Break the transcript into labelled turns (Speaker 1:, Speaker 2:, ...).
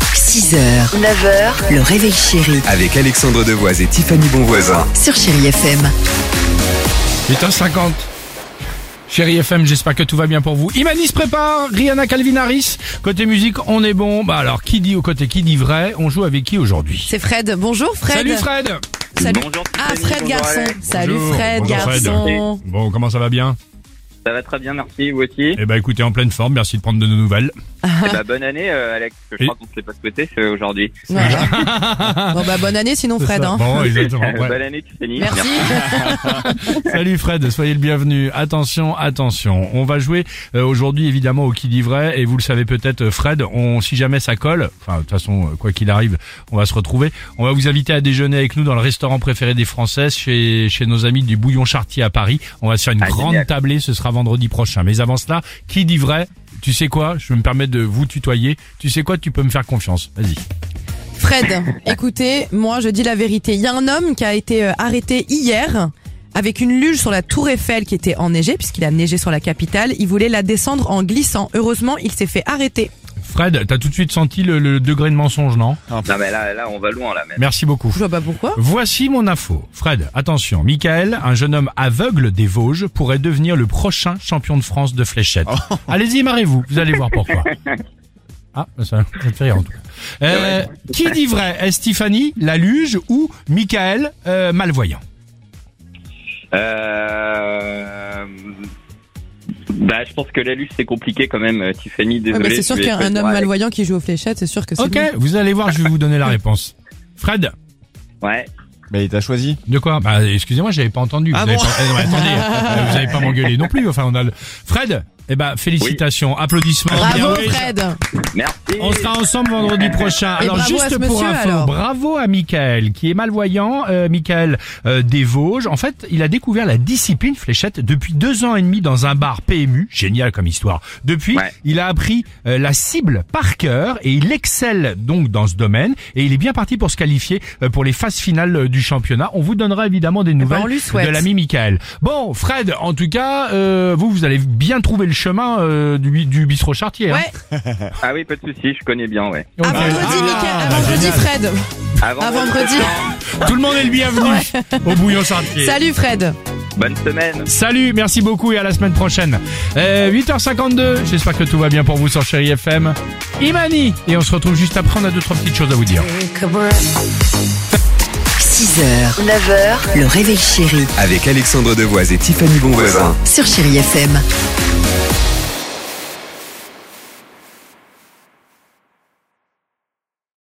Speaker 1: 6h, 9h, le réveil chéri
Speaker 2: Avec Alexandre Devoise et Tiffany Bonvoisin.
Speaker 1: sur Chéri FM.
Speaker 3: 8h50. Chérie FM, j'espère que tout va bien pour vous. Imani se prépare, Rihanna Calvin Harris. Côté musique, on est bon. Bah alors, qui dit au côté, qui dit vrai On joue avec qui aujourd'hui
Speaker 4: C'est Fred. Bonjour Fred.
Speaker 3: Salut Fred
Speaker 4: Salut.
Speaker 5: Bonjour
Speaker 4: Ah
Speaker 5: Tiffany,
Speaker 4: Fred
Speaker 5: bonjour
Speaker 4: garçon.
Speaker 5: Alex.
Speaker 4: Salut
Speaker 3: Bonjour,
Speaker 4: Fred
Speaker 3: bonjour Fred.
Speaker 4: garçon.
Speaker 3: Bon, comment ça va bien
Speaker 5: Ça va très bien, merci, vous aussi.
Speaker 3: Eh ben écoutez, en pleine forme, merci de prendre de nos nouvelles.
Speaker 5: Eh ben, bonne année, euh, Alex, que je
Speaker 3: Et-
Speaker 5: crois qu'on ne s'est pas souhaité c'est aujourd'hui.
Speaker 4: Voilà. bon bah bonne année sinon Fred. hein.
Speaker 3: Bon, exactement.
Speaker 5: Euh,
Speaker 3: ouais.
Speaker 5: Bonne année, Tiffany.
Speaker 4: Merci.
Speaker 3: Salut Fred, soyez le bienvenu. Attention, attention. On va jouer euh, aujourd'hui évidemment au qui dit vrai et vous le savez peut-être euh, Fred, on si jamais ça colle, enfin de toute façon euh, quoi qu'il arrive, on va se retrouver. On va vous inviter à déjeuner avec nous dans le restaurant préféré des Françaises chez chez nos amis du Bouillon Chartier à Paris. On va se faire une
Speaker 5: Ah,
Speaker 3: grande
Speaker 5: génial.
Speaker 3: tablée, ce sera vendredi prochain. Mais avant cela, qui dit vrai tu sais quoi, je me permets de vous tutoyer. Tu sais quoi, tu peux me faire confiance. Vas-y.
Speaker 4: Fred, écoutez, moi je dis la vérité. Il y a un homme qui a été euh, arrêté hier avec une luge sur la tour Eiffel qui était enneigée puisqu'il a neigé sur la capitale. Il voulait la descendre en glissant. Heureusement, il s'est fait arrêter.
Speaker 3: Fred, t'as tout de suite senti le, le degré de mensonge, non
Speaker 5: Non, mais là, là, on va loin, là, même.
Speaker 3: Merci beaucoup.
Speaker 4: Je vois pas pourquoi.
Speaker 3: Voici mon info. Fred, attention. Michael, un jeune homme aveugle des Vosges, pourrait devenir le prochain champion de France de fléchettes.
Speaker 4: Oh.
Speaker 3: Allez-y, marrez-vous. Vous allez voir pourquoi. Ah, bah ça, ça te fait rire en tout cas. Euh, qui dit vrai Est-ce Stéphanie, la luge ou Michael, euh, malvoyant
Speaker 5: Euh... Bah, je pense que la luge, c'est compliqué quand même, euh, Tiffany,
Speaker 4: Ouais,
Speaker 5: désolé.
Speaker 4: Ah, mais c'est sûr
Speaker 5: je vais
Speaker 4: qu'un
Speaker 5: être-
Speaker 4: homme malvoyant qui joue aux fléchettes, c'est sûr que c'est
Speaker 3: Ok,
Speaker 4: lui.
Speaker 3: vous allez voir, je vais vous donner la réponse. Fred,
Speaker 5: Ouais.
Speaker 6: Mais il t'a choisi.
Speaker 3: de quoi Bah, excusez-moi, j'avais pas entendu.
Speaker 6: Ah
Speaker 3: vous, avez
Speaker 6: bon
Speaker 3: pas... eh, non, mais attendez, euh, vous avez pas m'engueulé non plus. Enfin, on a le... Fred, eh ben, félicitations, applaudissements.
Speaker 4: Bravo
Speaker 3: Bien joué.
Speaker 4: Fred.
Speaker 5: Merci.
Speaker 3: On sera ensemble vendredi prochain.
Speaker 4: Et
Speaker 3: alors
Speaker 4: bravo
Speaker 3: juste
Speaker 4: à ce
Speaker 3: pour
Speaker 4: monsieur,
Speaker 3: info,
Speaker 4: alors.
Speaker 3: bravo à Michael qui est malvoyant. Euh, Michael euh, des Vosges. En fait, il a découvert la discipline fléchette depuis deux ans et demi dans un bar PMU. Génial comme histoire. Depuis,
Speaker 5: Ouais.
Speaker 3: il a appris euh, la cible par cœur et il excelle donc dans ce domaine. Et il est bien parti pour se qualifier euh, pour les phases finales euh, du championnat. On vous donnera évidemment des nouvelles
Speaker 4: Eh ben, on lui souhaite.
Speaker 3: de l'ami Michael. Bon, Fred, en tout cas, euh, vous, vous allez bien trouver le chemin euh, du, du bistrot Chartier. hein.
Speaker 4: Ouais.
Speaker 5: Ah oui, pas de soucis, je connais bien, ouais.
Speaker 3: Et on
Speaker 4: À
Speaker 3: fait-
Speaker 4: vendredi,
Speaker 3: Ah,
Speaker 4: Mickaël. À
Speaker 3: bah,
Speaker 4: vendredi
Speaker 3: génial.
Speaker 4: Fred.
Speaker 5: Avant,
Speaker 4: À vendredi.
Speaker 3: Tout le monde est le bienvenu au Bouillon Chartier.
Speaker 4: Salut Fred.
Speaker 5: Bonne semaine.
Speaker 3: Salut, merci beaucoup et à la semaine prochaine. Euh, 8h52, j'espère que tout va bien pour vous sur Chéri FM. Imani Et on se retrouve juste après, on a deux, trois petites choses à vous dire.
Speaker 1: 6h, 9h, le réveil chéri
Speaker 2: Avec Alexandre Devoise et Tiffany Bonvoisin.
Speaker 1: sur Chéri FM.